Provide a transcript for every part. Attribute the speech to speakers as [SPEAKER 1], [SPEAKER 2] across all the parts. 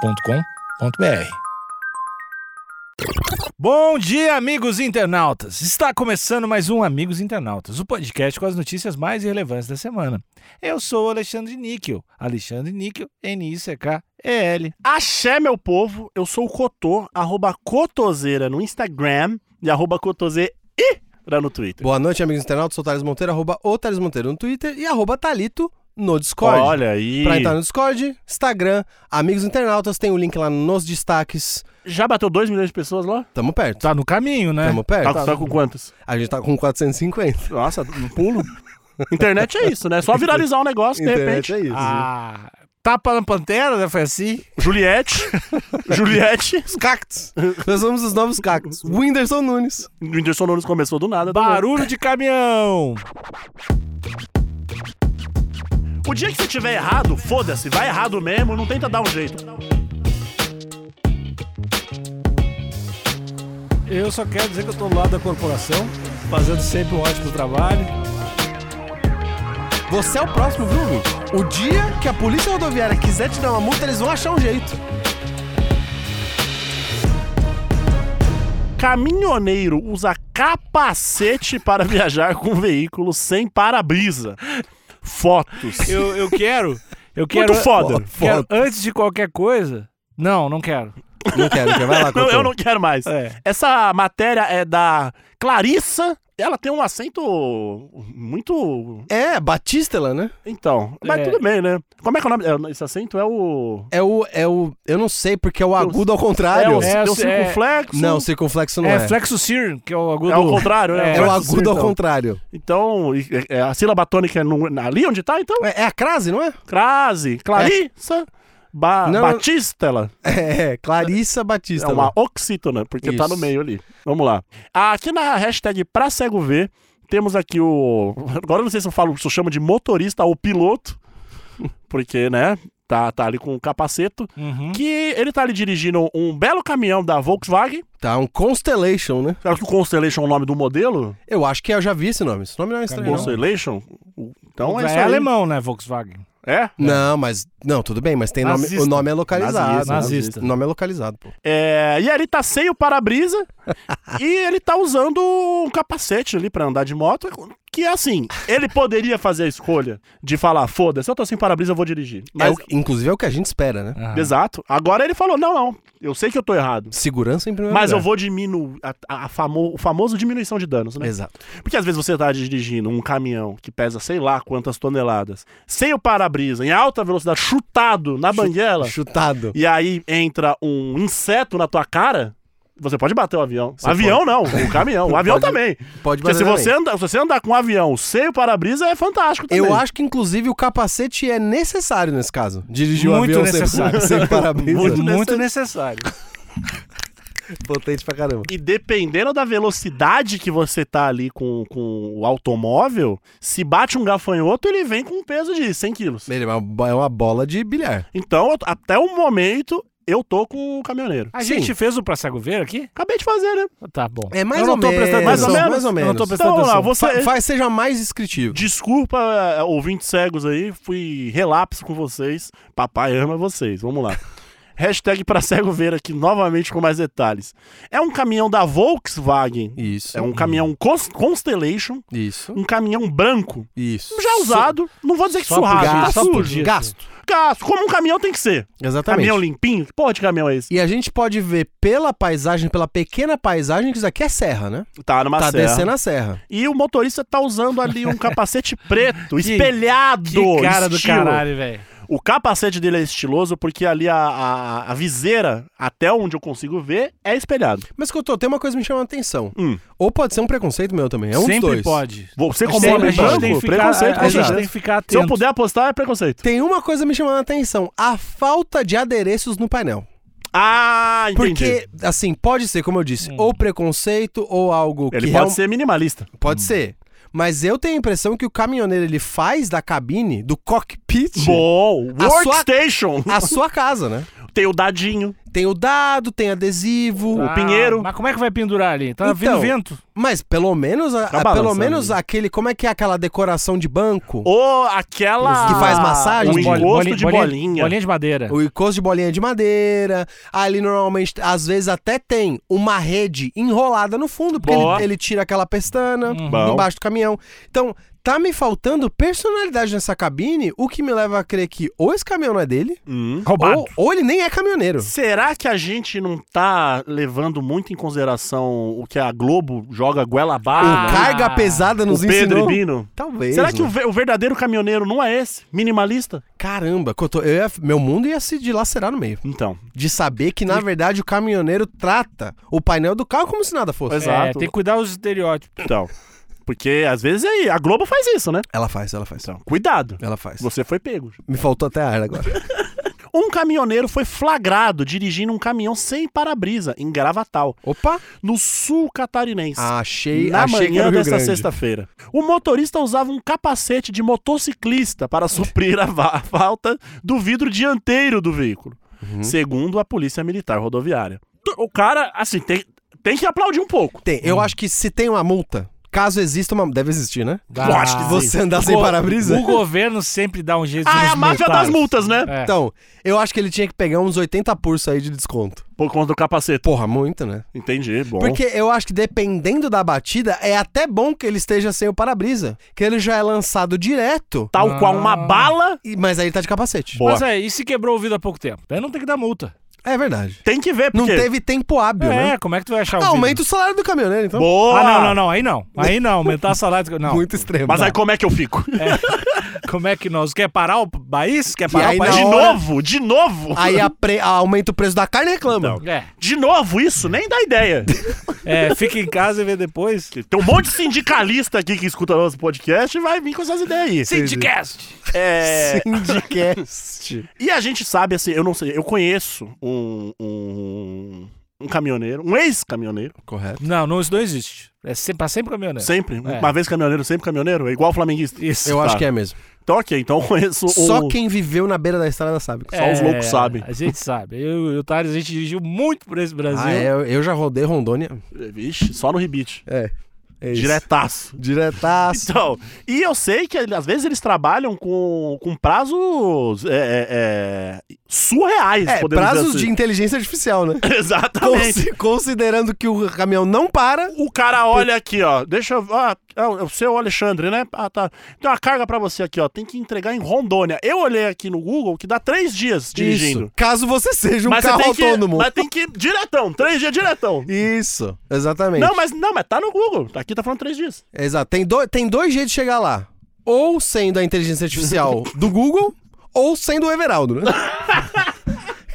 [SPEAKER 1] agenciadepodcast.com.br. Bom dia, amigos internautas! Está começando mais um Amigos Internautas, o podcast com as notícias mais relevantes da semana. Eu sou o Alexandre Níquel, Alexandre Níquel, N-I-C-K-E-L.
[SPEAKER 2] Axé, meu povo, eu sou o Cotô, arroba Cotoseira no Instagram e arroba Cotoseira no Twitter.
[SPEAKER 3] Boa noite, amigos internautas. Sou o Thales Monteiro, arroba o Thales Monteiro no Twitter e arroba Thalito no Discord.
[SPEAKER 2] Olha aí.
[SPEAKER 3] Pra entrar no Discord, Instagram, amigos internautas, tem o link lá nos destaques.
[SPEAKER 2] Já bateu 2 milhões de pessoas lá?
[SPEAKER 3] Tamo perto.
[SPEAKER 1] Tá no caminho, né?
[SPEAKER 3] Tamo perto.
[SPEAKER 2] tá, tá com quantos?
[SPEAKER 3] A gente tá com 450.
[SPEAKER 2] Nossa, um pulo. Internet é isso, né? Só viralizar um negócio, de repente.
[SPEAKER 3] é isso.
[SPEAKER 1] Ah, tapa na pantera, né? Foi assim?
[SPEAKER 2] Juliette. Juliette.
[SPEAKER 3] Os cactos. Nós somos os novos cactos. Whindersson Nunes.
[SPEAKER 2] O Whindersson Nunes começou do nada. também.
[SPEAKER 1] Barulho de caminhão!
[SPEAKER 2] O dia que você tiver errado, foda-se, vai errado mesmo, não tenta dar um jeito.
[SPEAKER 1] Eu só quero dizer que eu tô do lado da corporação, fazendo sempre um ótimo trabalho.
[SPEAKER 3] Você é o próximo, viu, ouvinte? O dia que a polícia rodoviária quiser te dar uma multa, eles vão achar um jeito.
[SPEAKER 2] Caminhoneiro usa capacete para viajar com um veículo sem para-brisa. Fotos.
[SPEAKER 1] Eu, eu quero. Eu quero.
[SPEAKER 2] foda.
[SPEAKER 1] quero- antes de qualquer coisa. Não, não quero.
[SPEAKER 3] Não quero, não quero. Vai lá,
[SPEAKER 2] Não,
[SPEAKER 3] Cotô.
[SPEAKER 2] eu não quero mais.
[SPEAKER 1] É.
[SPEAKER 2] Essa matéria é da Clarissa. Ela tem um acento muito.
[SPEAKER 3] É, Batistela, né?
[SPEAKER 2] Então. Mas
[SPEAKER 1] É.
[SPEAKER 2] tudo bem, né? Como é que é o nome? é, Esse acento é o.
[SPEAKER 3] É o, é o... Eu não sei, porque é o agudo ao
[SPEAKER 2] É
[SPEAKER 3] contrário.
[SPEAKER 2] o,
[SPEAKER 1] É,
[SPEAKER 2] é o
[SPEAKER 1] é-
[SPEAKER 2] circunflexo?
[SPEAKER 3] Não, circunflexo não
[SPEAKER 1] é,
[SPEAKER 3] é.
[SPEAKER 1] Flexo Sear, que é o agudo.
[SPEAKER 2] É o contrário,
[SPEAKER 1] É.
[SPEAKER 2] né?
[SPEAKER 3] É o
[SPEAKER 2] Flexo,
[SPEAKER 3] agudo ao
[SPEAKER 2] então.
[SPEAKER 3] contrário.
[SPEAKER 2] Então, e- é- é a sílaba tônica é no- ali onde tá, então?
[SPEAKER 3] É, é a crase, não é?
[SPEAKER 2] Crase, Clarissa, Ba-
[SPEAKER 3] Não,
[SPEAKER 2] Batista, ela.
[SPEAKER 3] É, é Clarissa
[SPEAKER 2] É
[SPEAKER 3] Batista.
[SPEAKER 2] uma
[SPEAKER 3] lá.
[SPEAKER 2] oxítona, porque tá no
[SPEAKER 3] Isso.
[SPEAKER 2] meio ali. Vamos lá. Ah, Aqui na hashtag pra cego ver, temos aqui o. Agora eu não sei se eu falo, se eu chamo de motorista ou piloto, porque, né? Tá, tá ali com o capaceto.
[SPEAKER 1] Uhum.
[SPEAKER 2] Que ele tá ali dirigindo um belo caminhão da Volkswagen.
[SPEAKER 3] Tá, um Constellation, né?
[SPEAKER 2] Será que o Constellation é o nome do modelo?
[SPEAKER 3] Eu acho que eu já vi esse nome. Esse nome não é estranho.
[SPEAKER 1] Não.
[SPEAKER 2] Constellation? O- Então é,
[SPEAKER 1] é
[SPEAKER 2] isso aí.
[SPEAKER 1] alemão, né? Volkswagen.
[SPEAKER 2] É?
[SPEAKER 3] Não, Não, mas. Não, tudo bem, mas tem nome.
[SPEAKER 1] Nazista.
[SPEAKER 3] O nome é localizado.
[SPEAKER 1] Nazista, nazista.
[SPEAKER 3] O nome é localizado, pô.
[SPEAKER 2] É, e ele tá sem o para-brisa e ele tá usando um capacete ali pra andar de moto. Que é assim, ele poderia fazer a escolha de falar, foda-se, eu tô sem para-brisa, eu vou dirigir.
[SPEAKER 3] É
[SPEAKER 2] Mas,
[SPEAKER 3] o- inclusive é o que a gente espera, né?
[SPEAKER 1] Aham.
[SPEAKER 2] Exato. Agora ele falou, não, não, eu sei que eu tô errado.
[SPEAKER 3] Segurança em primeiro
[SPEAKER 2] Mas eu
[SPEAKER 3] lugar.
[SPEAKER 2] vou diminuir a, a- a famo- o famoso diminuição de danos, né?
[SPEAKER 3] Exato.
[SPEAKER 2] Porque às vezes você tá dirigindo um caminhão que pesa sei lá quantas toneladas, sem o para-brisa, em alta velocidade, chutado na banguela,
[SPEAKER 3] Chutado.
[SPEAKER 2] e aí entra um inseto na tua cara, você pode bater o avião.
[SPEAKER 3] Você
[SPEAKER 2] avião não, o caminhão. O avião
[SPEAKER 3] Pode-
[SPEAKER 2] também. Porque
[SPEAKER 3] Pode bater
[SPEAKER 2] se você,
[SPEAKER 3] também.
[SPEAKER 2] andar, se você andar com um avião sem o para-brisa, é fantástico também.
[SPEAKER 3] Eu acho que, inclusive, o capacete é necessário nesse caso. Dirigir o
[SPEAKER 1] Muito
[SPEAKER 3] avião sem-
[SPEAKER 1] necessário.
[SPEAKER 3] sem, parabéns.
[SPEAKER 1] Muito, muito necessário.
[SPEAKER 3] Potente pra caramba.
[SPEAKER 2] E dependendo da velocidade que você tá ali com, com o automóvel, se bate um gafanhoto, ele vem com um peso de 100 quilos.
[SPEAKER 3] Ele é uma é uma bola de bilhar.
[SPEAKER 2] Então, eu- até o momento, eu tô com o caminhoneiro.
[SPEAKER 1] A
[SPEAKER 3] Sim.
[SPEAKER 1] gente fez o Pra Cego Ver aqui?
[SPEAKER 2] Acabei de fazer, né?
[SPEAKER 1] Tá bom.
[SPEAKER 3] É mais
[SPEAKER 1] eu não
[SPEAKER 3] ou
[SPEAKER 1] tô
[SPEAKER 3] menos.
[SPEAKER 1] prestando
[SPEAKER 2] Mais ou
[SPEAKER 1] atenção.
[SPEAKER 2] menos?
[SPEAKER 3] Mais ou
[SPEAKER 1] Eu não tô
[SPEAKER 3] menos.
[SPEAKER 1] prestando
[SPEAKER 2] Então,
[SPEAKER 1] atenção.
[SPEAKER 2] lá, você-
[SPEAKER 3] Fa- faz, seja mais descritivo.
[SPEAKER 2] Desculpa, eh, ouvintes cegos aí, fui relapso com vocês. Papai ama vocês, vamos lá. Hashtag pra cego ver aqui novamente com mais detalhes. É um caminhão da Volkswagen.
[SPEAKER 3] Isso.
[SPEAKER 2] É um caminhão Cons- Constellation,
[SPEAKER 3] Isso.
[SPEAKER 2] um caminhão branco,
[SPEAKER 3] Isso.
[SPEAKER 2] já usado, não vou dizer que
[SPEAKER 1] só por
[SPEAKER 2] surrado,
[SPEAKER 1] gasto,
[SPEAKER 2] tá
[SPEAKER 1] só por
[SPEAKER 2] sujo.
[SPEAKER 1] dia.
[SPEAKER 3] Gasto.
[SPEAKER 2] Gasto, como um caminhão tem que ser.
[SPEAKER 3] Exatamente.
[SPEAKER 2] Caminhão limpinho, que porra de caminhão é esse?
[SPEAKER 3] E a gente pode ver pela paisagem, pela pequena paisagem, que isso aqui é serra, né?
[SPEAKER 2] Tá numa
[SPEAKER 3] tá
[SPEAKER 2] serra.
[SPEAKER 3] descendo a serra.
[SPEAKER 2] E o motorista tá usando ali um capacete preto,
[SPEAKER 1] Que-
[SPEAKER 2] espelhado.
[SPEAKER 1] Que cara do
[SPEAKER 2] estilo.
[SPEAKER 1] caralho, velho.
[SPEAKER 2] O capacete dele é estiloso porque ali a, a, a viseira, até onde eu consigo ver, é espelhado.
[SPEAKER 3] Mas que eu tô, tem uma coisa que me chamando a atenção.
[SPEAKER 2] Hum.
[SPEAKER 3] Ou pode ser um preconceito meu também. É um dos
[SPEAKER 1] Sempre
[SPEAKER 3] dois.
[SPEAKER 1] pode.
[SPEAKER 2] Você como
[SPEAKER 1] Sempre,
[SPEAKER 2] homem
[SPEAKER 1] a gente tem
[SPEAKER 2] branco,
[SPEAKER 1] que ficar, a,
[SPEAKER 2] preconceito.
[SPEAKER 1] a
[SPEAKER 2] com
[SPEAKER 1] gente
[SPEAKER 2] certeza.
[SPEAKER 1] tem que ficar
[SPEAKER 2] Se eu
[SPEAKER 1] atento.
[SPEAKER 2] puder apostar, é preconceito.
[SPEAKER 3] Tem uma coisa me chamando a atenção: a falta de adereços no painel.
[SPEAKER 2] Ah, entendi.
[SPEAKER 3] Porque, assim, pode ser, como eu disse, ou preconceito ou algo
[SPEAKER 2] Ele
[SPEAKER 3] que é
[SPEAKER 2] pode
[SPEAKER 3] um real-
[SPEAKER 2] ser minimalista.
[SPEAKER 3] pode ser. Mas eu tenho a impressão que o caminhoneiro ele faz da cabine, do cockpit,
[SPEAKER 2] Bom,
[SPEAKER 3] A sua-
[SPEAKER 2] workstation.
[SPEAKER 3] a sua casa, né?
[SPEAKER 2] Tem o dadinho.
[SPEAKER 3] Tem o dado, tem adesivo.
[SPEAKER 2] Pinheiro.
[SPEAKER 1] Ah, Mas como é que vai pendurar ali? Tá
[SPEAKER 3] Então,
[SPEAKER 1] vindo vento.
[SPEAKER 3] Mas pelo menos,
[SPEAKER 2] Fica
[SPEAKER 3] a- a- pelo
[SPEAKER 2] Tá balançando,
[SPEAKER 3] menos
[SPEAKER 2] né?
[SPEAKER 3] aquele. Como é que é aquela decoração de banco?
[SPEAKER 2] Ou aquela.
[SPEAKER 3] Os que faz massagem?
[SPEAKER 2] ah, O
[SPEAKER 3] Boli-
[SPEAKER 2] encosto de bolinha.
[SPEAKER 1] Bolinha de madeira.
[SPEAKER 2] É.
[SPEAKER 3] O encosto de bolinha de madeira. Ali normalmente, às vezes até tem uma rede enrolada no fundo, porque
[SPEAKER 2] Boa. Uhum.
[SPEAKER 3] ele, ele tira aquela pestana
[SPEAKER 2] Bom.
[SPEAKER 3] embaixo do caminhão. Então, tá me faltando personalidade nessa cabine, o que me leva a crer que ou esse caminhão não é dele,
[SPEAKER 2] Hum.
[SPEAKER 1] Roubado.
[SPEAKER 3] ou, ou ele nem é caminhoneiro.
[SPEAKER 2] Será que a gente não tá levando muito em consideração o que a Globo joga goela
[SPEAKER 1] Ah,
[SPEAKER 2] abaixo? né?
[SPEAKER 3] Carga pesada
[SPEAKER 2] o
[SPEAKER 3] nos
[SPEAKER 2] Pedro
[SPEAKER 3] ensinou.
[SPEAKER 2] e Bino?
[SPEAKER 3] Talvez.
[SPEAKER 2] Será que
[SPEAKER 3] né?
[SPEAKER 2] o, ve- o verdadeiro caminhoneiro não é esse? Minimalista?
[SPEAKER 3] Caramba, Cotô, eu ia- meu mundo ia se dilacerar no meio.
[SPEAKER 2] Então.
[SPEAKER 3] De saber que, na verdade, o caminhoneiro trata o painel do carro como se nada fosse.
[SPEAKER 2] Pois é.
[SPEAKER 1] É,
[SPEAKER 2] Exato.
[SPEAKER 1] tem que cuidar os estereótipos.
[SPEAKER 2] Então. Porque às vezes é aí, a Globo faz isso, né?
[SPEAKER 3] Ela faz, ela faz.
[SPEAKER 2] Então, cuidado.
[SPEAKER 3] Ela faz.
[SPEAKER 2] Você foi pego.
[SPEAKER 3] Me faltou até ar agora.
[SPEAKER 2] Um caminhoneiro foi flagrado dirigindo um caminhão sem para-brisa em Gravatal,
[SPEAKER 3] Opa!
[SPEAKER 2] no sul catarinense.
[SPEAKER 3] Achei,
[SPEAKER 2] na
[SPEAKER 3] Ah, achei que
[SPEAKER 2] manhã
[SPEAKER 3] era o Rio
[SPEAKER 2] desta
[SPEAKER 3] Grande.
[SPEAKER 2] sexta-feira. O motorista usava um capacete de motociclista para suprir a, va- a falta do vidro dianteiro do veículo,
[SPEAKER 3] Uhum.
[SPEAKER 2] segundo a Polícia Militar Rodoviária. O cara, assim, tem, tem que aplaudir um pouco.
[SPEAKER 3] Tem, eu acho que se tem uma multa, caso exista uma... Deve existir, né?
[SPEAKER 1] Dá-
[SPEAKER 2] Eu acho que sim.
[SPEAKER 3] Você andar sem
[SPEAKER 1] O go-
[SPEAKER 3] para-brisa?
[SPEAKER 1] O governo sempre dá um jeito de
[SPEAKER 2] Ah, é
[SPEAKER 1] nos
[SPEAKER 2] a máfia
[SPEAKER 1] multar.
[SPEAKER 2] das multas, né?
[SPEAKER 1] É.
[SPEAKER 3] Então, eu acho que ele tinha que pegar uns 80 pursos aí de desconto.
[SPEAKER 2] Por conta do capacete.
[SPEAKER 3] Porra, muito, né?
[SPEAKER 2] Entendi, bom.
[SPEAKER 3] Porque eu acho que dependendo da batida, é até bom que ele esteja sem o para-brisa. Que ele já é lançado direto,
[SPEAKER 2] Tal qual uma bala,
[SPEAKER 3] e- mas aí ele tá de capacete.
[SPEAKER 2] Boa.
[SPEAKER 1] Mas é, e se quebrou o vidro há pouco tempo? Daí não tem que dar multa.
[SPEAKER 3] É verdade.
[SPEAKER 2] tem que ver,
[SPEAKER 3] Não
[SPEAKER 2] porque...
[SPEAKER 3] teve tempo hábil, né?
[SPEAKER 1] É, como é que tu vai achar o
[SPEAKER 3] Aumenta
[SPEAKER 1] vidro?
[SPEAKER 3] o salário do caminhoneiro, então.
[SPEAKER 2] Boa!
[SPEAKER 1] Ah, não, Tá. não, não, aí não. Aí não, aumentar salário... Não.
[SPEAKER 3] Muito extremo.
[SPEAKER 2] Mas aí como é que eu fico?
[SPEAKER 1] Como é que nós... Quer parar o país? Quer
[SPEAKER 3] E
[SPEAKER 1] parar
[SPEAKER 3] aí
[SPEAKER 1] o
[SPEAKER 3] na
[SPEAKER 1] país?
[SPEAKER 2] De
[SPEAKER 3] hora-
[SPEAKER 2] novo, de novo.
[SPEAKER 3] Aí a pre- a- aumenta o preço da carne e reclama.
[SPEAKER 2] Então,
[SPEAKER 1] É,
[SPEAKER 2] De novo isso, nem dá ideia.
[SPEAKER 1] é, fica em casa e vê depois.
[SPEAKER 2] Tem um monte de sindicalista aqui que escuta nosso podcast e vai vir com essas ideias aí.
[SPEAKER 1] Sindicast!
[SPEAKER 2] É,
[SPEAKER 3] Sindicast.
[SPEAKER 2] e a gente sabe, assim, eu não sei, eu conheço um, um, um caminhoneiro, um ex-caminhoneiro,
[SPEAKER 3] Correto.
[SPEAKER 1] Não, não, isso não existe. É sempre, pra sempre caminhoneiro.
[SPEAKER 2] sempre,
[SPEAKER 1] É.
[SPEAKER 2] uma vez caminhoneiro, sempre caminhoneiro, é igual flamenguista.
[SPEAKER 1] Isso.
[SPEAKER 3] Eu
[SPEAKER 2] Tá.
[SPEAKER 3] acho que é mesmo.
[SPEAKER 2] Então, ok, então eu conheço
[SPEAKER 3] Só
[SPEAKER 2] um...
[SPEAKER 3] quem viveu na beira da estrada sabe.
[SPEAKER 2] só os loucos sabem.
[SPEAKER 1] É, A gente sabe. Eu e o Thales, a gente dirigiu muito por esse Brasil.
[SPEAKER 3] Ah, é, eu- eu já rodei Rondônia.
[SPEAKER 2] Vixe, só no rebite,
[SPEAKER 3] É. é isso.
[SPEAKER 2] diretaço.
[SPEAKER 3] Diretaço.
[SPEAKER 2] Então, e eu sei que às vezes eles trabalham com, com prazos é, é, é, surreais,
[SPEAKER 3] É,
[SPEAKER 2] podemos dizer
[SPEAKER 3] prazos de
[SPEAKER 2] assim.
[SPEAKER 3] inteligência artificial, né?
[SPEAKER 2] Exatamente.
[SPEAKER 3] Consi- Considerando que o caminhão não para.
[SPEAKER 2] O cara olha aqui, ó. Deixa eu. Ah, é o é o seu Alexandre, né? Ah, tá. Tem uma carga pra você aqui, ó. Tem que entregar em Rondônia. Eu olhei aqui no Google que dá três dias dirigindo.
[SPEAKER 3] Isso. Caso você seja um
[SPEAKER 2] mas
[SPEAKER 3] carro
[SPEAKER 2] você tem
[SPEAKER 3] autônomo.
[SPEAKER 2] Que, mas tem que ir diretão, três dias diretão.
[SPEAKER 3] Isso, exatamente.
[SPEAKER 2] Não, mas não, mas tá no Google. Aqui tá falando três dias.
[SPEAKER 3] Exato. Tem, do- tem dois jeitos de chegar lá. Ou sendo a inteligência artificial do Google, ou sendo o Everaldo, né?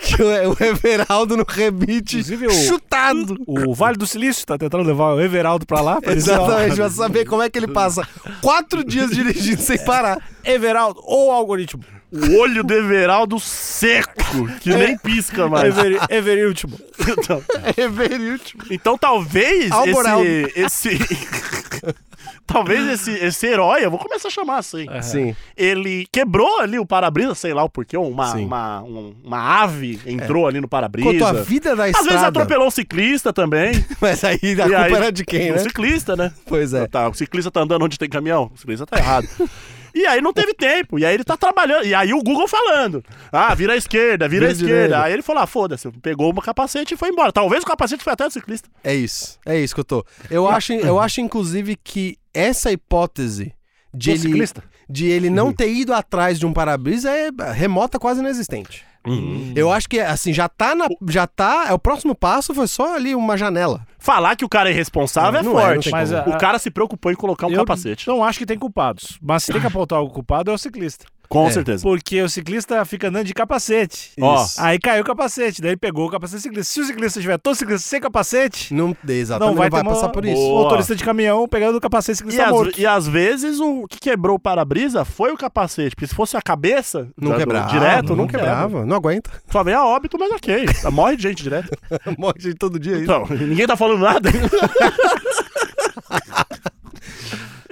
[SPEAKER 3] que o, o Everaldo no rebite
[SPEAKER 1] Inclusive o-
[SPEAKER 3] chutado.
[SPEAKER 1] O Vale do Silício tá tentando levar o Everaldo pra lá. pra eles-
[SPEAKER 3] Exatamente, pra saber como é que ele passa quatro dias dirigindo
[SPEAKER 2] É.
[SPEAKER 3] sem parar.
[SPEAKER 1] Everaldo ou algoritmo.
[SPEAKER 2] O olho do Everaldo seco, que nem pisca mais.
[SPEAKER 1] Everi, Everiltimo.
[SPEAKER 2] Então,
[SPEAKER 3] É verídico.
[SPEAKER 2] então talvez
[SPEAKER 3] Alboraldo.
[SPEAKER 2] esse. esse... Talvez esse, esse herói, eu vou começar a chamar assim.
[SPEAKER 3] Sim.
[SPEAKER 2] ele quebrou ali o para-brisa, sei lá o porquê, uma,
[SPEAKER 3] Sim.
[SPEAKER 2] uma, um- uma ave entrou ali no
[SPEAKER 3] Quanto à
[SPEAKER 2] para-brisa.
[SPEAKER 3] vida da
[SPEAKER 2] Às
[SPEAKER 3] estrada.
[SPEAKER 2] vezes atropelou um ciclista também.
[SPEAKER 3] Mas aí a
[SPEAKER 2] E
[SPEAKER 3] culpa
[SPEAKER 2] aí-
[SPEAKER 3] era de quem,
[SPEAKER 2] Um
[SPEAKER 3] né?
[SPEAKER 2] ciclista, né?
[SPEAKER 3] Pois é.
[SPEAKER 2] Tá, o ciclista tá andando onde tem caminhão, o ciclista tá errado. E aí não teve tempo, e aí ele tá trabalhando, e aí o Google falando. Ah, vira à esquerda, vira à
[SPEAKER 3] Vira
[SPEAKER 2] esquerda.
[SPEAKER 3] direita.
[SPEAKER 2] Aí ele falou, ah, foda-se, pegou o capacete e foi embora. Talvez o capacete foi até do ciclista.
[SPEAKER 3] É isso. É isso que eu tô. Eu acho, eu acho inclusive, que essa hipótese de
[SPEAKER 2] Do
[SPEAKER 3] ele,
[SPEAKER 2] ciclista.
[SPEAKER 3] de ele não ter ido atrás de um para-brisa é remota, quase inexistente.
[SPEAKER 2] Uhum.
[SPEAKER 3] Eu acho que, assim, já tá na. Já tá. É, o próximo passo foi só ali uma janela.
[SPEAKER 2] Falar que o cara é irresponsável
[SPEAKER 3] Não,
[SPEAKER 2] é
[SPEAKER 3] não é, não
[SPEAKER 2] forte.
[SPEAKER 3] tem
[SPEAKER 1] como.
[SPEAKER 2] o cara se preocupou em colocar um
[SPEAKER 1] Eu
[SPEAKER 2] capacete.
[SPEAKER 1] Não acho que tem culpados. Mas se tem que apontar o culpado é o ciclista.
[SPEAKER 2] Com
[SPEAKER 3] É.
[SPEAKER 2] certeza.
[SPEAKER 1] Porque o ciclista fica andando de capacete.
[SPEAKER 2] Ó.
[SPEAKER 3] Isso.
[SPEAKER 1] Aí caiu o capacete, daí pegou o capacete do ciclista. Se o ciclista tiver todo ciclista sem capacete,
[SPEAKER 3] Não, exatamente, não
[SPEAKER 1] não vai,
[SPEAKER 3] vai,
[SPEAKER 1] ter uma-
[SPEAKER 3] passar por isso.
[SPEAKER 2] Boa.
[SPEAKER 1] Motorista de caminhão pegando o capacete
[SPEAKER 2] E
[SPEAKER 3] tá
[SPEAKER 1] ciclista
[SPEAKER 2] às,
[SPEAKER 1] morto.
[SPEAKER 2] e às vezes o que quebrou o para-brisa foi o capacete, porque se fosse a cabeça
[SPEAKER 3] Não
[SPEAKER 2] da- do-
[SPEAKER 3] quebrava. Ah,
[SPEAKER 2] direto, não,
[SPEAKER 3] não
[SPEAKER 2] quebrava.
[SPEAKER 3] quebrava. Não aguenta.
[SPEAKER 2] Só veio a óbito, mas ok. Morre de gente direto.
[SPEAKER 3] Morre de todo dia isso.
[SPEAKER 2] Então, ninguém tá falando nada.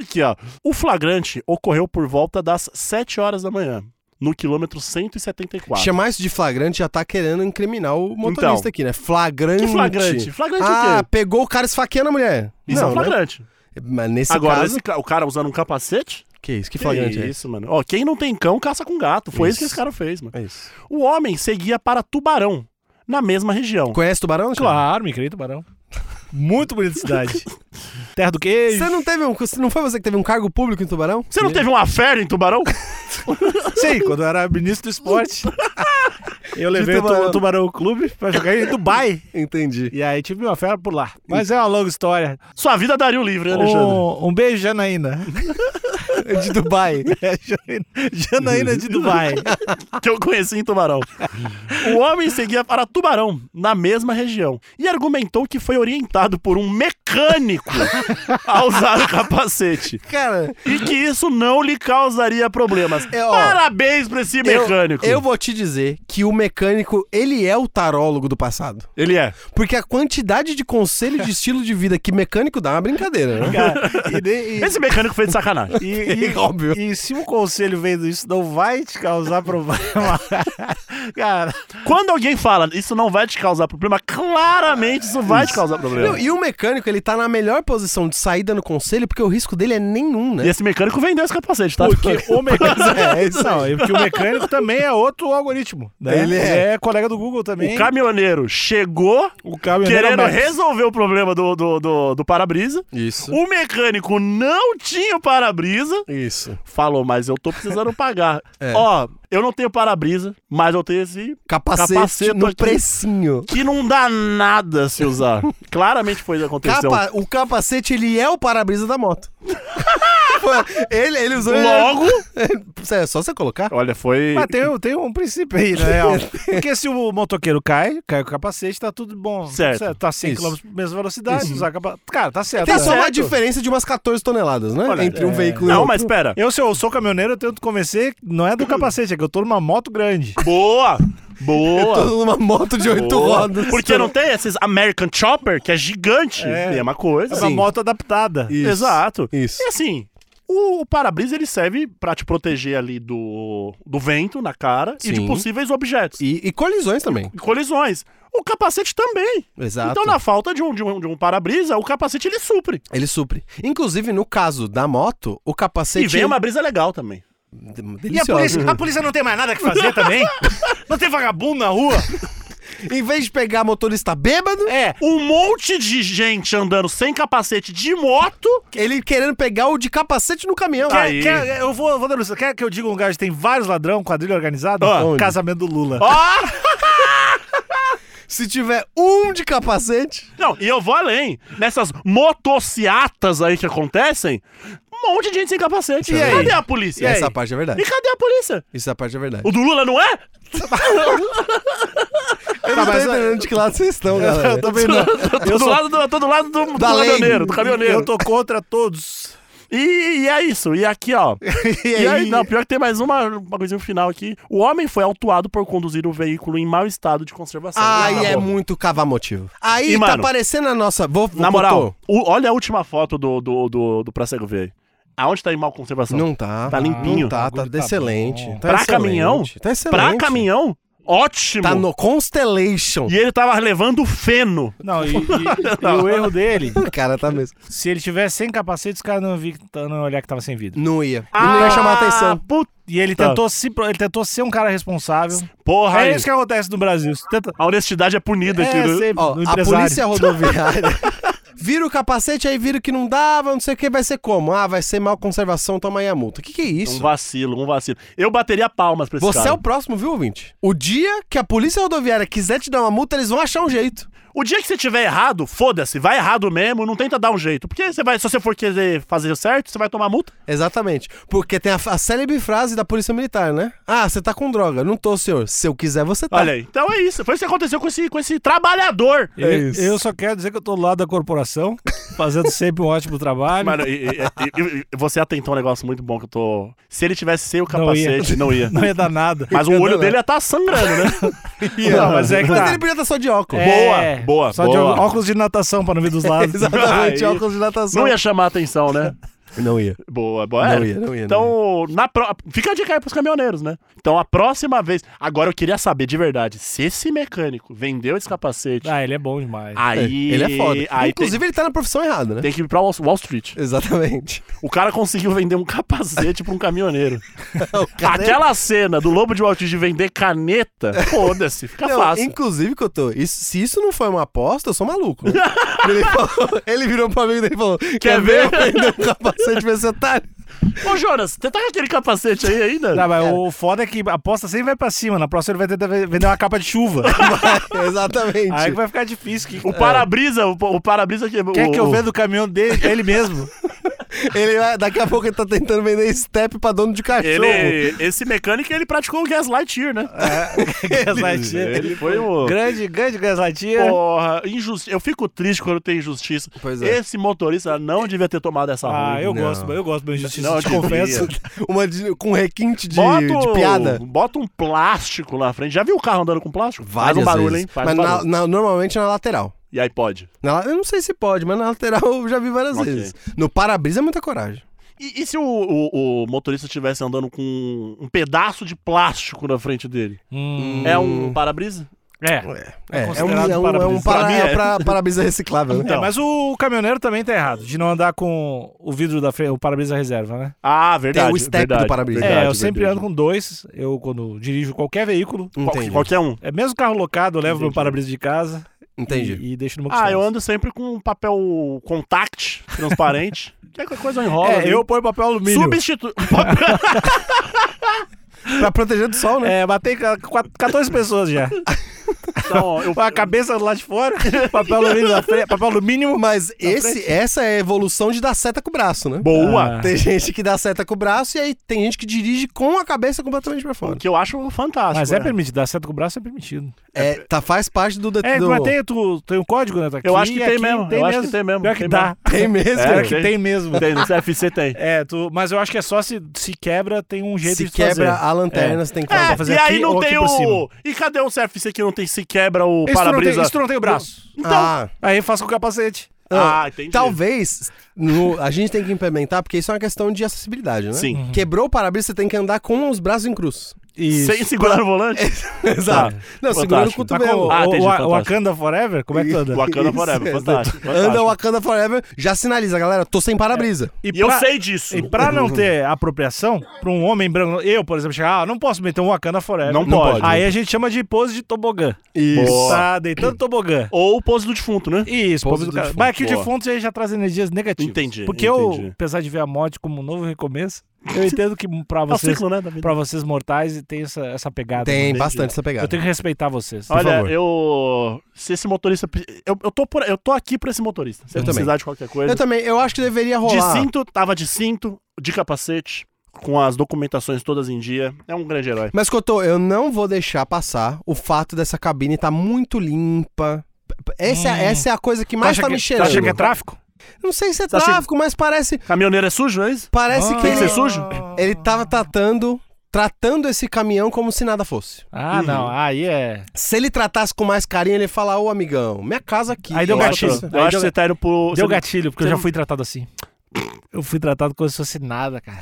[SPEAKER 2] Aqui, ó. O flagrante ocorreu por volta das 7 horas da manhã. no quilômetro 174.
[SPEAKER 3] Chamar isso de flagrante já tá querendo incriminar o motorista
[SPEAKER 2] Então.
[SPEAKER 3] aqui, né? Flagrante.
[SPEAKER 2] Que flagrante? Flagrante
[SPEAKER 3] Ah,
[SPEAKER 2] o quê?
[SPEAKER 3] pegou o cara esfaqueando a mulher.
[SPEAKER 2] Isso é
[SPEAKER 3] Não,
[SPEAKER 2] um
[SPEAKER 3] né?
[SPEAKER 2] flagrante.
[SPEAKER 3] Mas nesse
[SPEAKER 2] Agora,
[SPEAKER 3] caso...
[SPEAKER 2] esse ca- o cara usando um capacete?
[SPEAKER 3] Que isso, que
[SPEAKER 2] Que
[SPEAKER 3] flagrante é?
[SPEAKER 2] isso, mano. Ó, quem não tem cão, caça com gato. Foi isso, que
[SPEAKER 3] Isso.
[SPEAKER 2] esse cara fez, mano.
[SPEAKER 3] É isso.
[SPEAKER 2] O homem seguia para Tubarão, na mesma região.
[SPEAKER 3] Conhece Tubarão? cara?
[SPEAKER 1] Claro, me criei tubarão. Muito bonita cidade. Terra do queijo.
[SPEAKER 3] Você não teve um... Não foi você que teve um cargo público em Tubarão?
[SPEAKER 2] Você não teve uma férias em Tubarão?
[SPEAKER 1] Sei, quando eu era ministro do esporte. Eu
[SPEAKER 3] De
[SPEAKER 1] levei
[SPEAKER 3] Tubarão.
[SPEAKER 1] o Tubarão Clube pra jogar em Dubai.
[SPEAKER 3] Entendi.
[SPEAKER 1] E aí tive uma fera por lá. Mas é uma longa história.
[SPEAKER 2] Sua vida daria o livre, né, Alexandre?
[SPEAKER 1] Um, um beijo, Janaína.
[SPEAKER 3] De Dubai.
[SPEAKER 1] É, Janaína- Janaína de Dubai.
[SPEAKER 2] Que eu conheci em Tubarão. O homem seguia para Tubarão, na mesma região, e argumentou que foi orientado por um mecânico a usar o capacete.
[SPEAKER 3] Cara,
[SPEAKER 2] E que isso não lhe causaria problemas.
[SPEAKER 3] É, ó,
[SPEAKER 2] Parabéns pra esse
[SPEAKER 3] eu-
[SPEAKER 2] mecânico.
[SPEAKER 3] Eu, vou te dizer que o mecânico, ele é o tarólogo do passado.
[SPEAKER 2] Ele é.
[SPEAKER 3] Porque a quantidade de conselho de estilo de vida que mecânico dá é uma brincadeira, né?
[SPEAKER 1] Cara, e, nem- e-
[SPEAKER 2] Esse mecânico fez de sacanagem.
[SPEAKER 1] E, e-
[SPEAKER 3] Óbvio.
[SPEAKER 1] e se um conselho vendo isso não vai te causar problema, cara,
[SPEAKER 2] Quando alguém fala, isso não vai te causar problema, claramente isso vai te causar problema.
[SPEAKER 1] então.
[SPEAKER 3] Não, e o mecânico, ele tá na melhor posição de saída no conselho, porque o risco dele é nenhum,
[SPEAKER 2] E
[SPEAKER 3] né?
[SPEAKER 2] esse mecânico vendeu esse capacete, tá?
[SPEAKER 1] porque o mecânico, é, isso não, e porque o mecânico também é outro algoritmo, né?
[SPEAKER 3] Ele é.
[SPEAKER 1] colega do Google também.
[SPEAKER 2] O caminhoneiro chegou
[SPEAKER 1] o caminhoneiro
[SPEAKER 2] querendo
[SPEAKER 1] é o Max.
[SPEAKER 2] resolver o problema do, do, do, do para-brisa.
[SPEAKER 3] Isso.
[SPEAKER 2] O mecânico não tinha o para-brisa.
[SPEAKER 3] Isso.
[SPEAKER 2] Falou, mas eu tô precisando pagar.
[SPEAKER 3] É.
[SPEAKER 2] Ó, eu não tenho para-brisa, mas eu tenho esse
[SPEAKER 3] Capacete,
[SPEAKER 2] Capacete
[SPEAKER 3] no
[SPEAKER 2] aqui.
[SPEAKER 3] precinho.
[SPEAKER 2] que não dá nada se usar. Claramente foi isso que aconteceu.
[SPEAKER 3] Capa- o capacete, ele é o para-brisa da moto. ele, ele usou...
[SPEAKER 2] Logo, Tá
[SPEAKER 3] É só você colocar.
[SPEAKER 2] olha, foi.
[SPEAKER 1] Mas tem, tem um princípio aí, na real. Porque se o motoqueiro cai, cai com o capacete, tá tudo bom.
[SPEAKER 2] Certo.
[SPEAKER 1] Tá 100
[SPEAKER 3] Isso.
[SPEAKER 1] km por mesma velocidade, usar capa... Cara, tá certo.
[SPEAKER 3] Tem
[SPEAKER 1] né?
[SPEAKER 3] só uma
[SPEAKER 2] certo.
[SPEAKER 3] diferença de umas 14 toneladas, né?
[SPEAKER 2] Olha,
[SPEAKER 3] Entre um
[SPEAKER 2] é.
[SPEAKER 3] veículo e
[SPEAKER 2] Não,
[SPEAKER 3] outro.
[SPEAKER 2] mas pera.
[SPEAKER 1] Eu, se eu sou caminhoneiro, eu tento convencer que não é do capacete, é que eu tô numa moto grande.
[SPEAKER 2] Boa! Boa!
[SPEAKER 3] Todo numa moto de oito
[SPEAKER 2] Boa.
[SPEAKER 3] rodas.
[SPEAKER 2] Porque não tem esses American Chopper, que é gigante.
[SPEAKER 1] É.
[SPEAKER 2] Mesma coisa.
[SPEAKER 1] É uma
[SPEAKER 3] Sim.
[SPEAKER 1] moto adaptada.
[SPEAKER 3] Isso.
[SPEAKER 2] Exato.
[SPEAKER 3] Isso.
[SPEAKER 2] E assim, o, o para-brisa ele serve pra te proteger ali do, do vento na cara e de
[SPEAKER 3] Sim.
[SPEAKER 2] possíveis objetos. E
[SPEAKER 3] E, e colisões também.
[SPEAKER 2] colisões. O capacete também.
[SPEAKER 3] Exato.
[SPEAKER 2] Então, na falta de um, de um, de um para-brisa, o capacete ele supre.
[SPEAKER 3] Ele supre. Inclusive, no caso da moto, o capacete.
[SPEAKER 2] E vem uma é brisa legal também.
[SPEAKER 1] E a
[SPEAKER 3] Deliciosa.
[SPEAKER 1] polícia, a polícia não tem mais nada que fazer também? Não tem vagabundo na rua?
[SPEAKER 3] Em vez de pegar motorista bêbado,
[SPEAKER 1] É.
[SPEAKER 2] Um monte de gente andando sem capacete de moto.
[SPEAKER 3] ele querendo pegar o de capacete no caminhão.
[SPEAKER 1] Quer-
[SPEAKER 2] Aí.
[SPEAKER 1] É, quer- eu vou, vou denunciar. Quer que eu diga um lugar onde tem vários ladrão, quadrilha organizada?
[SPEAKER 2] Ah.
[SPEAKER 3] Onde?
[SPEAKER 1] Casamento do Lula.
[SPEAKER 2] Ó!
[SPEAKER 3] Se tiver um de capacete.
[SPEAKER 2] Não, e eu vou além. Nessas motociatas aí que acontecem, um monte de gente sem capacete.
[SPEAKER 3] E aí?
[SPEAKER 2] cadê a polícia? E,
[SPEAKER 3] essa parte é verdade.
[SPEAKER 2] cadê a polícia?
[SPEAKER 3] Isso a parte é verdade.
[SPEAKER 2] O do Lula não é? Tá,
[SPEAKER 3] Eu não tô
[SPEAKER 1] mas-
[SPEAKER 3] entendendo de que lado vocês estão, galera.
[SPEAKER 1] também não.
[SPEAKER 2] Eu tô do lado do, tô do, lado do, do
[SPEAKER 3] Da lei.
[SPEAKER 2] caminhoneiro, do caminhoneiro.
[SPEAKER 1] Eu tô contra todos.
[SPEAKER 2] E, e é isso. E aqui, ó.
[SPEAKER 1] E,
[SPEAKER 2] E aí, não, pior que tem mais uma, uma coisinha no final aqui. O homem foi autuado por conduzir o veículo em mau estado de conservação.
[SPEAKER 3] Aí
[SPEAKER 2] Acabou.
[SPEAKER 3] é muito cavar motivo. Aí
[SPEAKER 2] E,
[SPEAKER 3] tá
[SPEAKER 2] mano,
[SPEAKER 3] aparecendo a nossa. Vou, vou
[SPEAKER 2] Na moral,
[SPEAKER 3] botou.
[SPEAKER 2] o- olha a última foto do, do, do, do Pra Cego Ver. Aonde tá em mal conservação?
[SPEAKER 3] Não tá.
[SPEAKER 2] Tá limpinho.
[SPEAKER 3] Não tá,
[SPEAKER 1] O bagulho
[SPEAKER 3] tá,
[SPEAKER 1] tá
[SPEAKER 3] excelente.
[SPEAKER 1] bom.
[SPEAKER 3] Tá
[SPEAKER 2] Pra
[SPEAKER 3] excelente,
[SPEAKER 2] caminhão?
[SPEAKER 3] Tá excelente.
[SPEAKER 2] pra caminhão, ótimo.
[SPEAKER 3] Tá no Constellation.
[SPEAKER 2] E ele tava levando feno.
[SPEAKER 1] Não, e, e- e o erro dele,
[SPEAKER 3] O cara tá mesmo.
[SPEAKER 1] se ele tivesse sem capacete, os caras não, vi- não olhar que tava sem vidro.
[SPEAKER 3] Não ia.
[SPEAKER 2] Ah,
[SPEAKER 3] não ia chamar atenção.
[SPEAKER 2] Puta,
[SPEAKER 1] E ele
[SPEAKER 2] Tá.
[SPEAKER 1] tentou se pro- ele tentou ser um cara responsável.
[SPEAKER 2] porra,
[SPEAKER 1] É
[SPEAKER 2] aí.
[SPEAKER 1] isso que acontece no Brasil. Você tenta-
[SPEAKER 2] a honestidade é punida aqui,
[SPEAKER 1] É,
[SPEAKER 2] né?
[SPEAKER 1] sempre,
[SPEAKER 3] Ó,
[SPEAKER 1] no
[SPEAKER 3] a
[SPEAKER 1] empresário.
[SPEAKER 3] polícia rodoviária. Vira o capacete, aí vira o que não dava, não sei o que, vai ser como? Ah, vai ser mal conservação, toma aí a multa. O que, que é
[SPEAKER 2] Um
[SPEAKER 3] isso?
[SPEAKER 2] vacilo, um vacilo. Eu bateria palmas pra esse
[SPEAKER 3] Você é
[SPEAKER 2] cara.
[SPEAKER 3] o próximo, viu, ouvinte? O dia que a polícia rodoviária quiser te dar uma multa, eles vão achar um jeito.
[SPEAKER 2] O dia que você tiver errado, foda-se, vai errado mesmo, não tenta dar um jeito. Porque você vai, se você for querer fazer certo, você vai tomar multa.
[SPEAKER 3] Exatamente. Porque tem a, a célebre frase da polícia militar, né? Ah, você tá com droga. Não tô, senhor. Se eu quiser, você tá.
[SPEAKER 2] Olha aí. Então é isso. Foi isso que aconteceu com esse, com esse trabalhador.
[SPEAKER 1] Eu,
[SPEAKER 3] É isso.
[SPEAKER 1] eu só quero dizer que eu tô do lado da corporação, fazendo sempre um ótimo trabalho.
[SPEAKER 2] Mano, e, e- e- e- você atentou um negócio muito bom que eu tô. Se ele tivesse sem o
[SPEAKER 1] Não ia.
[SPEAKER 2] capacete, não ia.
[SPEAKER 1] Não ia dar nada.
[SPEAKER 2] Mas o
[SPEAKER 3] Não ia
[SPEAKER 2] olho
[SPEAKER 3] dar
[SPEAKER 2] dele ia estar sangrando, né?
[SPEAKER 1] Não, mas é que
[SPEAKER 3] Mas
[SPEAKER 1] tá.
[SPEAKER 3] ele podia estar só de óculos.
[SPEAKER 2] É. Boa, boa,
[SPEAKER 1] Só de
[SPEAKER 2] boa.
[SPEAKER 1] óculos de natação pra não ver dos lados.
[SPEAKER 3] Exatamente,
[SPEAKER 2] Aí-
[SPEAKER 3] óculos de natação.
[SPEAKER 2] Não ia chamar atenção, né?
[SPEAKER 3] Não ia.
[SPEAKER 2] Boa, boa.
[SPEAKER 3] Não
[SPEAKER 2] É.
[SPEAKER 3] ia, não ia,
[SPEAKER 2] Então,
[SPEAKER 3] não
[SPEAKER 2] na pro... fica a dica aí pros caminhoneiros, né? Então, a próxima vez. Agora eu queria saber de verdade, se esse mecânico vendeu esse capacete,
[SPEAKER 1] Ah, ele é bom demais.
[SPEAKER 2] aí.
[SPEAKER 3] Ele é foda.
[SPEAKER 2] Aí
[SPEAKER 3] Inclusive, ele tá na profissão errada, né?
[SPEAKER 2] tem, tem que ir pra Wall Wall Street.
[SPEAKER 3] Exatamente.
[SPEAKER 2] O cara conseguiu vender um capacete pra um caminhoneiro.
[SPEAKER 3] O cara é-
[SPEAKER 2] Aquela cena do Lobo de Wall Street de vender caneta, foda-se, fica
[SPEAKER 3] Não,
[SPEAKER 2] tá fácil.
[SPEAKER 3] Inclusive, Cotô, isso, se isso não foi uma aposta, eu sou maluco. né? ele, falou- ele virou pro amigo dele e falou: Quer, ver?
[SPEAKER 2] ver?
[SPEAKER 3] eu vender um capacete pra esse otário?
[SPEAKER 2] Ô, Jonas, você tá com aquele capacete aí ainda?
[SPEAKER 1] Tá, mas o foda é que a aposta sempre vai pra cima. Na próxima ele vai tentar ve- vender uma capa de chuva.
[SPEAKER 3] Exatamente.
[SPEAKER 1] aí que vai ficar difícil. Que...
[SPEAKER 3] é.
[SPEAKER 2] O para-brisa, o, o para-brisa que.
[SPEAKER 1] Quer
[SPEAKER 2] o,
[SPEAKER 1] que eu
[SPEAKER 2] o-
[SPEAKER 1] venda o caminhão dele, ele mesmo?
[SPEAKER 3] Ele vai- daqui a pouco ele tá tentando vender step pra dono de cachorro.
[SPEAKER 2] Ele, esse mecânico, ele praticou o Gaslightier, né?
[SPEAKER 1] Gaslightier.
[SPEAKER 2] Ele foi o...
[SPEAKER 1] Grande, grande Gaslightier.
[SPEAKER 2] Porra, injusti... eu fico triste quando tem injustiça.
[SPEAKER 3] É. Pois é.
[SPEAKER 2] Esse motorista não devia ter tomado essa
[SPEAKER 1] Ah,
[SPEAKER 2] ruim.
[SPEAKER 1] eu
[SPEAKER 3] Não.
[SPEAKER 1] gosto, eu gosto da injustiça,
[SPEAKER 2] Não,
[SPEAKER 1] te
[SPEAKER 2] eu devia.
[SPEAKER 1] confesso.
[SPEAKER 3] Uma de- com requinte de,
[SPEAKER 2] Bota,
[SPEAKER 3] de
[SPEAKER 2] um-
[SPEAKER 3] piada.
[SPEAKER 2] bota um plástico na frente. Já viu o carro andando com plástico? Faz
[SPEAKER 3] Várias
[SPEAKER 2] um barulho,
[SPEAKER 3] vezes.
[SPEAKER 2] hein? Faz
[SPEAKER 3] Mas
[SPEAKER 2] um
[SPEAKER 3] na-
[SPEAKER 2] barulho.
[SPEAKER 3] na- normalmente é na lateral.
[SPEAKER 2] E aí pode.
[SPEAKER 3] Na la- eu não sei se pode, mas na lateral eu já vi várias
[SPEAKER 2] Ok.
[SPEAKER 3] vezes. No para-brisa é muita coragem.
[SPEAKER 2] E, e se o, o- o motorista estivesse andando com um pedaço de plástico na frente dele?
[SPEAKER 1] Hum,
[SPEAKER 2] É um para-brisa?
[SPEAKER 1] é.
[SPEAKER 3] É, é, um,
[SPEAKER 1] considerado
[SPEAKER 3] é um, é
[SPEAKER 1] para-brisa.
[SPEAKER 3] um
[SPEAKER 2] Pra
[SPEAKER 3] para,
[SPEAKER 2] mim é. Então.
[SPEAKER 3] é pra- para-brisa reciclável, né?
[SPEAKER 1] É, mas o caminhoneiro também tá errado, de não andar com o vidro da frente, o para-brisa reserva, né?
[SPEAKER 2] Ah, verdade.
[SPEAKER 3] Tem o step do
[SPEAKER 2] verdade,
[SPEAKER 3] para-brisa.
[SPEAKER 2] verdade,
[SPEAKER 1] é, eu sempre
[SPEAKER 2] verdade.
[SPEAKER 1] ando com dois, eu quando dirijo qualquer veículo,
[SPEAKER 2] Qual-
[SPEAKER 3] Entendi.
[SPEAKER 2] Qualquer um.
[SPEAKER 1] é mesmo carro locado, eu levo meu
[SPEAKER 2] Entendi.
[SPEAKER 1] para-brisa de casa
[SPEAKER 3] Entendi.
[SPEAKER 1] e, e deixo no
[SPEAKER 2] Ah, eu ando sempre com um papel contact transparente. que é coisa enrola.
[SPEAKER 1] É,
[SPEAKER 2] né?
[SPEAKER 1] eu ponho papel alumínio.
[SPEAKER 2] substitui.
[SPEAKER 3] Pra proteger do sol, né?
[SPEAKER 1] É, matei ca- quat- 14 pessoas já.
[SPEAKER 2] Então, eu
[SPEAKER 1] Com a cabeça lá de fora, papel alumínio na frente, papel alumínio.
[SPEAKER 3] Mas esse, essa é a evolução de dar seta com o braço, né?
[SPEAKER 2] Boa!
[SPEAKER 1] Ah.
[SPEAKER 3] Tem gente que dá seta com o braço e aí tem gente que dirige com a cabeça completamente pra
[SPEAKER 2] O
[SPEAKER 3] fora.
[SPEAKER 2] que eu acho fantástico.
[SPEAKER 1] Mas é
[SPEAKER 2] né?
[SPEAKER 1] permitido, dar certo com o braço é permitido.
[SPEAKER 3] É, tá, faz parte do...
[SPEAKER 1] É,
[SPEAKER 3] do...
[SPEAKER 1] mas tem, tu, tem um código, né? Tá
[SPEAKER 2] Eu
[SPEAKER 1] aqui,
[SPEAKER 2] acho que tem
[SPEAKER 1] aqui,
[SPEAKER 2] mesmo, eu acho que tem mesmo,
[SPEAKER 1] Pior que
[SPEAKER 2] tem
[SPEAKER 1] dá.
[SPEAKER 3] Tem mesmo.
[SPEAKER 2] É,
[SPEAKER 1] Pior
[SPEAKER 2] tem.
[SPEAKER 1] que tem mesmo.
[SPEAKER 2] Tem, no CFC tem.
[SPEAKER 1] É, tu, mas eu acho que é só se, se quebra, tem um jeito
[SPEAKER 3] Se
[SPEAKER 1] de fazer.
[SPEAKER 3] quebra a lanterna,
[SPEAKER 2] É.
[SPEAKER 3] você tem que fazer.
[SPEAKER 1] pra fazer aqui ou aqui por cima.
[SPEAKER 2] E cadê o CFC que não tem se quebra
[SPEAKER 1] Isso tu não,
[SPEAKER 2] o
[SPEAKER 1] tem,
[SPEAKER 2] para-brisa?
[SPEAKER 1] isso tu não tem o braço.
[SPEAKER 2] Então.
[SPEAKER 3] Ah,
[SPEAKER 1] Aí faz com o capacete.
[SPEAKER 2] Ah, entendi.
[SPEAKER 3] talvez no- a gente tem que implementar, porque isso é uma questão de acessibilidade, né?
[SPEAKER 2] Sim.
[SPEAKER 3] Quebrou o para-brisa, você tem que andar com os braços em cruz.
[SPEAKER 1] Isso.
[SPEAKER 2] Sem segurar o volante?
[SPEAKER 3] Exato. Não, segura
[SPEAKER 2] Fantástico.
[SPEAKER 3] o
[SPEAKER 1] Mas como,
[SPEAKER 3] cotovelo.
[SPEAKER 1] o,
[SPEAKER 2] Ah, entendi,
[SPEAKER 1] o-
[SPEAKER 2] fantástico.
[SPEAKER 1] o Wakanda Forever? Como é que tu anda?
[SPEAKER 2] Wakanda
[SPEAKER 3] Isso,
[SPEAKER 2] Forever,
[SPEAKER 3] exato.
[SPEAKER 2] fantástico. fantástico.
[SPEAKER 3] Anda Wakanda Forever, já sinaliza, galera, tô sem para-brisa.
[SPEAKER 2] E eu sei disso.
[SPEAKER 1] E pra não ter apropriação, pra um homem branco, eu, por exemplo, chegar, ah, não posso meter um Wakanda Forever.
[SPEAKER 2] Não pode.
[SPEAKER 1] Aí a gente chama de pose de tobogã.
[SPEAKER 2] Boa.
[SPEAKER 1] Tá deitando tobogã.
[SPEAKER 2] Ou o pose do defunto, né?
[SPEAKER 1] Isso,
[SPEAKER 3] Pose
[SPEAKER 1] pose do
[SPEAKER 3] do
[SPEAKER 1] cara.
[SPEAKER 3] defunto.
[SPEAKER 1] Mas aqui o
[SPEAKER 2] Boa.
[SPEAKER 1] defunto aí já traz energias negativas.
[SPEAKER 2] Entendi,
[SPEAKER 1] Porque
[SPEAKER 2] entendi.
[SPEAKER 1] eu, apesar de ver a morte como um novo recomeço, eu entendo que pra
[SPEAKER 2] É o
[SPEAKER 1] vocês,
[SPEAKER 2] ciclo, né, da vida.
[SPEAKER 1] pra vocês mortais tem essa, essa pegada.
[SPEAKER 2] É.
[SPEAKER 3] Tem
[SPEAKER 1] né?
[SPEAKER 3] bastante essa pegada.
[SPEAKER 1] Eu tenho que respeitar vocês.
[SPEAKER 2] Olha,
[SPEAKER 3] favor.
[SPEAKER 2] eu. Se esse motorista. Eu, eu, tô por, eu tô aqui pra esse motorista. Se
[SPEAKER 3] Eu
[SPEAKER 2] ele
[SPEAKER 3] também.
[SPEAKER 2] precisar de qualquer coisa.
[SPEAKER 3] Eu também, eu acho que deveria
[SPEAKER 2] De
[SPEAKER 3] rolar.
[SPEAKER 2] cinto, tava de cinto, de capacete, com as documentações todas em dia. É um grande herói.
[SPEAKER 3] Mas, Cotô, eu não vou deixar passar o fato dessa cabine tá muito limpa. Essa,
[SPEAKER 1] Hum.
[SPEAKER 3] essa é a coisa que
[SPEAKER 1] Tu
[SPEAKER 3] mais
[SPEAKER 1] acha
[SPEAKER 3] tá me
[SPEAKER 1] que, tu acha que é
[SPEAKER 3] cheirando.
[SPEAKER 1] tráfico?
[SPEAKER 3] Não sei se é
[SPEAKER 2] acha que-
[SPEAKER 3] tráfico, mas parece,
[SPEAKER 2] Caminhoneiro é sujo, é isso?
[SPEAKER 3] parece
[SPEAKER 2] Tem
[SPEAKER 3] que
[SPEAKER 2] que
[SPEAKER 3] ele, tá-
[SPEAKER 2] ser sujo?
[SPEAKER 3] ele tava tratando, tratando esse caminhão como se nada fosse.
[SPEAKER 1] Ah, não. Aí é.
[SPEAKER 3] Se ele tratasse com mais carinho, ele ia falar, ô amigão, minha casa aqui.
[SPEAKER 1] Aí deu
[SPEAKER 3] Eu acho-
[SPEAKER 1] gatilho.
[SPEAKER 2] Eu acho,
[SPEAKER 1] Aí
[SPEAKER 2] eu acho
[SPEAKER 1] deu
[SPEAKER 2] que você tá indo pro.
[SPEAKER 1] Deu
[SPEAKER 2] você-
[SPEAKER 1] gatilho, porque eu
[SPEAKER 2] você
[SPEAKER 1] já
[SPEAKER 2] não-
[SPEAKER 1] fui tratado assim. Eu fui tratado como se fosse nada, cara.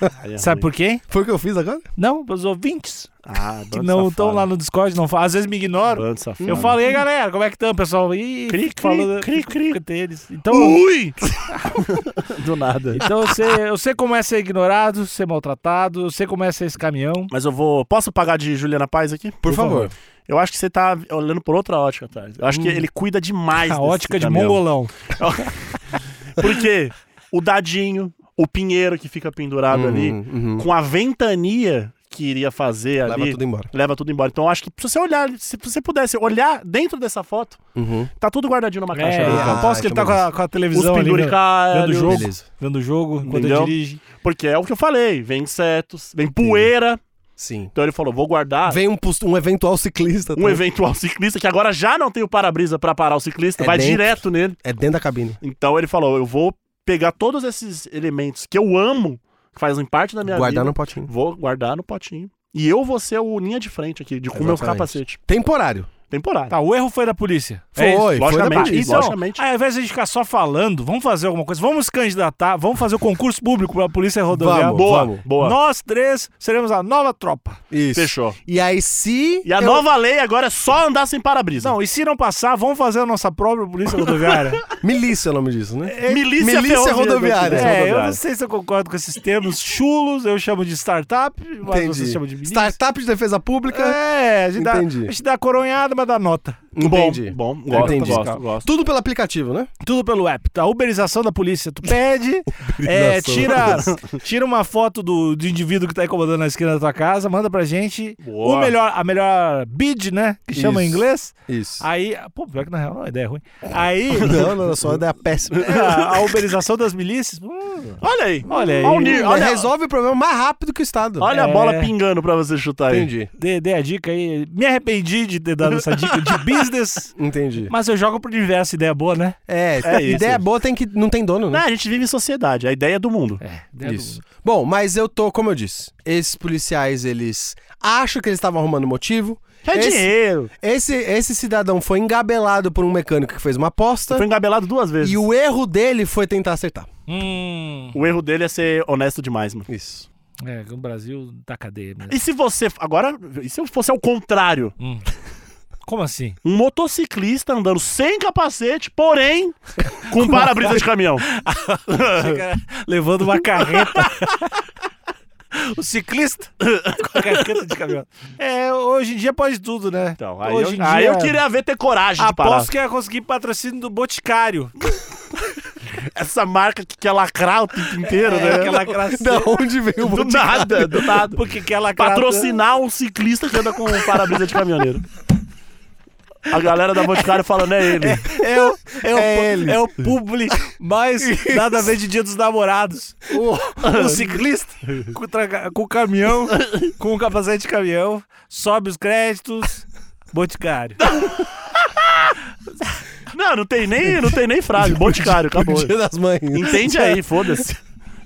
[SPEAKER 2] Ah, é
[SPEAKER 1] Sabe
[SPEAKER 2] ruim.
[SPEAKER 1] por quê?
[SPEAKER 3] Foi o que eu fiz agora?
[SPEAKER 1] Não, pros ouvintes
[SPEAKER 2] Ah,
[SPEAKER 1] que não estão lá no Discord, não falam. Às vezes me ignoram.
[SPEAKER 2] Bando safado.
[SPEAKER 1] Eu falo, e aí, galera, como é que estão, pessoal? Ih,
[SPEAKER 2] Uhum. Cri,
[SPEAKER 1] fico falando-
[SPEAKER 2] cri,
[SPEAKER 1] fico
[SPEAKER 2] cri, Uh! cri.
[SPEAKER 1] entre eles. Então,
[SPEAKER 2] Ui! Do nada.
[SPEAKER 1] então eu, sei, eu sei como é ser ignorado, ser maltratado, eu sei como é ser esse caminhão.
[SPEAKER 2] Mas eu vou. Posso pagar de Juliana Paz aqui?
[SPEAKER 3] Por, favor. Hum.
[SPEAKER 2] Eu acho que você tá olhando por outra ótica, tá? Eu acho que ele cuida demais.
[SPEAKER 1] A
[SPEAKER 2] desse
[SPEAKER 1] ótica de
[SPEAKER 2] caminhão.
[SPEAKER 1] mongolão.
[SPEAKER 2] Porque o dadinho, o pinheiro que fica pendurado ali,
[SPEAKER 3] Uhum, uhum.
[SPEAKER 2] com a ventania que iria fazer ali,
[SPEAKER 3] Leva tudo embora.
[SPEAKER 2] leva tudo embora. Então eu acho que se você olhar, se você pudesse olhar dentro dessa foto,
[SPEAKER 3] Uhum.
[SPEAKER 2] tá tudo guardadinho numa caixa.
[SPEAKER 1] É,
[SPEAKER 2] ali, cara.
[SPEAKER 1] eu posso que
[SPEAKER 3] Ah,
[SPEAKER 1] ele tá com a, com a
[SPEAKER 2] Os
[SPEAKER 1] televisão ali, né? vendo o
[SPEAKER 2] penduricalhos.
[SPEAKER 1] jogo,
[SPEAKER 3] Beleza.
[SPEAKER 1] vendo o jogo, enquanto
[SPEAKER 2] Entendeu?
[SPEAKER 1] ele dirige.
[SPEAKER 2] Porque é o que eu falei, vem insetos, vem poeira.
[SPEAKER 3] Sim.
[SPEAKER 2] Então ele falou, vou guardar
[SPEAKER 3] Vem um, pus- um eventual ciclista.
[SPEAKER 2] um
[SPEAKER 3] também.
[SPEAKER 2] eventual ciclista, que agora já não tem o para-brisa pra parar o ciclista,
[SPEAKER 3] É
[SPEAKER 2] vai
[SPEAKER 3] dentro.
[SPEAKER 2] direto nele.
[SPEAKER 3] É dentro da cabine.
[SPEAKER 2] Então ele falou, eu vou pegar todos esses elementos que eu amo, que fazem parte da minha
[SPEAKER 3] Guardar
[SPEAKER 2] vida,
[SPEAKER 3] no potinho.
[SPEAKER 2] vou guardar no potinho. E eu vou ser o linha de frente aqui, de com o meu
[SPEAKER 3] Exatamente.
[SPEAKER 2] capacete.
[SPEAKER 3] Temporário.
[SPEAKER 2] temporária.
[SPEAKER 1] Tá, o erro foi da polícia. É
[SPEAKER 3] Foi,
[SPEAKER 1] isso?
[SPEAKER 3] foi da
[SPEAKER 2] logicamente,
[SPEAKER 3] polícia.
[SPEAKER 2] isso,
[SPEAKER 1] Então,
[SPEAKER 2] logicamente.
[SPEAKER 1] ao invés de a gente ficar só falando, vamos fazer alguma coisa, vamos se candidatar, vamos fazer o concurso público pra Polícia Rodoviária.
[SPEAKER 3] Vamos,
[SPEAKER 2] Boa,
[SPEAKER 3] vamos.
[SPEAKER 2] boa.
[SPEAKER 1] Nós três seremos a nova tropa.
[SPEAKER 3] Isso.
[SPEAKER 2] Fechou.
[SPEAKER 3] E aí, se.
[SPEAKER 2] E a
[SPEAKER 3] eu-
[SPEAKER 2] nova lei agora é só andar sem para-brisa.
[SPEAKER 1] Não, e se não passar, vamos fazer a nossa própria Polícia Rodoviária.
[SPEAKER 3] Milícia é o nome disso, né?
[SPEAKER 2] milícia,
[SPEAKER 3] milícia
[SPEAKER 2] ferroviária.
[SPEAKER 3] rodoviária.
[SPEAKER 2] Milícia
[SPEAKER 1] é, eu
[SPEAKER 2] rodoviária.
[SPEAKER 1] não sei se eu concordo com esses termos chulos, eu chamo de startup, mas vocês
[SPEAKER 3] Entendi.
[SPEAKER 1] chamam de milícia.
[SPEAKER 3] Startup de defesa pública.
[SPEAKER 1] É, a gente, dá, a
[SPEAKER 3] Entendi.
[SPEAKER 1] gente dá coronhada, mas dá nota.
[SPEAKER 3] Entendi.
[SPEAKER 2] Bom, bom, gosto,
[SPEAKER 3] Entendi.
[SPEAKER 2] gosto, gosto.
[SPEAKER 3] Tudo pelo aplicativo, né?
[SPEAKER 1] Tudo pelo app. Tá? Uberização da polícia. Tu pede, é, tira, tira uma foto do, do indivíduo que tá incomodando na esquina da tua casa, manda pra gente.
[SPEAKER 2] Boa.
[SPEAKER 1] O melhor, a melhor bid, né? Que chama em
[SPEAKER 3] Isso.
[SPEAKER 1] inglês.
[SPEAKER 3] Isso.
[SPEAKER 1] Aí. Pô, pior que na real não, a ideia é ruim. Aí.
[SPEAKER 3] Não, não, não, só é péssima.
[SPEAKER 1] é, a uberização das milícias. hum,
[SPEAKER 2] Olha aí.
[SPEAKER 1] Olha aí.
[SPEAKER 2] o nível, olha,
[SPEAKER 3] resolve o problema mais rápido que o Estado.
[SPEAKER 2] olha a
[SPEAKER 1] É.
[SPEAKER 2] bola pingando pra você chutar aí.
[SPEAKER 3] Entendi.
[SPEAKER 1] dê, dê a dica aí. Me arrependi de ter dado essa dica de business,
[SPEAKER 3] Entendi.
[SPEAKER 1] mas eu jogo pro universo, ideia boa, né?
[SPEAKER 3] É,
[SPEAKER 2] É isso.
[SPEAKER 3] ideia boa tem que. Não tem dono,
[SPEAKER 2] Não,
[SPEAKER 3] né?
[SPEAKER 2] a gente vive em sociedade, a ideia é do mundo.
[SPEAKER 1] É, ideia
[SPEAKER 3] Isso. Bom, mas eu tô, como eu disse, esses policiais, eles acham que eles estavam arrumando motivo.
[SPEAKER 2] É
[SPEAKER 3] Esse-
[SPEAKER 2] dinheiro.
[SPEAKER 3] Esse, esse cidadão foi engabelado por um mecânico que fez uma aposta.
[SPEAKER 2] Foi engabelado duas vezes.
[SPEAKER 3] E o erro dele foi tentar acertar.
[SPEAKER 1] do- Hum.
[SPEAKER 2] O erro dele é ser honesto demais, mano.
[SPEAKER 3] Isso.
[SPEAKER 1] É, o Brasil tá cadeia mesmo.
[SPEAKER 2] E se você. Agora, e se eu fosse ao contrário?
[SPEAKER 1] Hum. Como assim?
[SPEAKER 2] Um motociclista andando sem capacete, porém, com para-brisa de caminhão.
[SPEAKER 1] Chega levando uma carreta. O ciclista com a carreta de caminhão. É, hoje em dia pode tudo, né?
[SPEAKER 2] Então, aí,
[SPEAKER 1] hoje
[SPEAKER 2] eu, aí eu queria ver ter coragem de parar.
[SPEAKER 1] Aposto que ia conseguir patrocínio do Boticário.
[SPEAKER 2] Essa marca que quer lacrar o tempo inteiro,
[SPEAKER 1] É,
[SPEAKER 2] né?
[SPEAKER 1] aquela graça.
[SPEAKER 3] Da onde veio o
[SPEAKER 2] Do
[SPEAKER 3] motivo?
[SPEAKER 2] nada, do nada.
[SPEAKER 1] Porque aquela graça-
[SPEAKER 2] Patrocinar um ciclista que anda com um para-brisa de caminhoneiro. A galera da Boticário falando, é ele.
[SPEAKER 1] É o, é o,
[SPEAKER 3] É
[SPEAKER 1] é
[SPEAKER 3] ele.
[SPEAKER 1] o publi mais nada a ver de dia dos namorados. O, o ciclista com, o traga- com o caminhão, com o capacete de caminhão, sobe os créditos, Boticário.
[SPEAKER 2] Não, não tem nem, não tem nem frase. Boticário, acabou.
[SPEAKER 3] Dia das mães.
[SPEAKER 2] Entende aí, foda-se.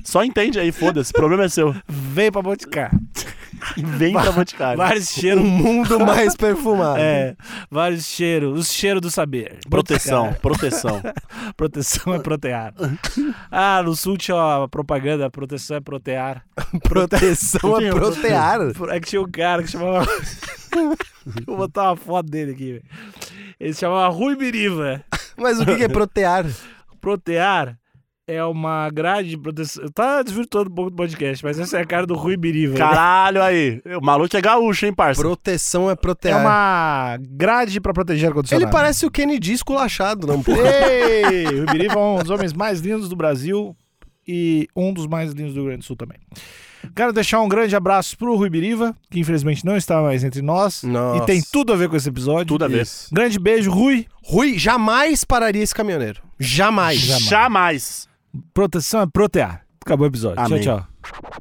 [SPEAKER 2] Só entende aí, foda-se. O problema é seu.
[SPEAKER 1] Vem pra Boticário.
[SPEAKER 2] Vem pra Boticário.
[SPEAKER 1] Vários
[SPEAKER 3] O
[SPEAKER 1] cheiros.
[SPEAKER 3] Um mundo mais perfumado.
[SPEAKER 1] um É, vários cheiros. Os cheiros do saber.
[SPEAKER 2] Proteção, proteção.
[SPEAKER 1] Boticário. Proteção é protear. Ah, no sul tinha a propaganda, proteção é protear.
[SPEAKER 3] Proteção é protear.
[SPEAKER 1] É que tinha um cara que chamava... Vou botar uma foto dele aqui. velho. Ele se chamava Rui Biriva.
[SPEAKER 3] Mas o que que é protear?
[SPEAKER 1] Protear é uma grade de proteção... Tá desvirtuando um pouco do podcast, mas essa é a cara do Rui Biriva.
[SPEAKER 2] Caralho aí. O maluco é gaúcho, hein, parça?
[SPEAKER 3] Proteção é
[SPEAKER 1] É
[SPEAKER 3] protear.
[SPEAKER 1] uma grade pra proteger o
[SPEAKER 3] Ele
[SPEAKER 1] condicionado.
[SPEAKER 3] parece o Kennedy esculachado, não, pô.
[SPEAKER 1] Ei, o Ibiriva é um dos homens mais lindos do Brasil e um dos mais lindos do Rio Grande do Sul também. Quero deixar um grande abraço pro Rui Biriva, que infelizmente não está mais entre nós.
[SPEAKER 3] Nossa.
[SPEAKER 1] E tem tudo a ver com esse episódio.
[SPEAKER 2] Tudo a ver.
[SPEAKER 3] Isso.
[SPEAKER 1] Grande beijo, Rui.
[SPEAKER 3] Rui jamais pararia esse caminhoneiro. Jamais.
[SPEAKER 2] Jamais.
[SPEAKER 1] Proteção é protear. Acabou o episódio.
[SPEAKER 2] Amém.
[SPEAKER 1] Tchau, tchau.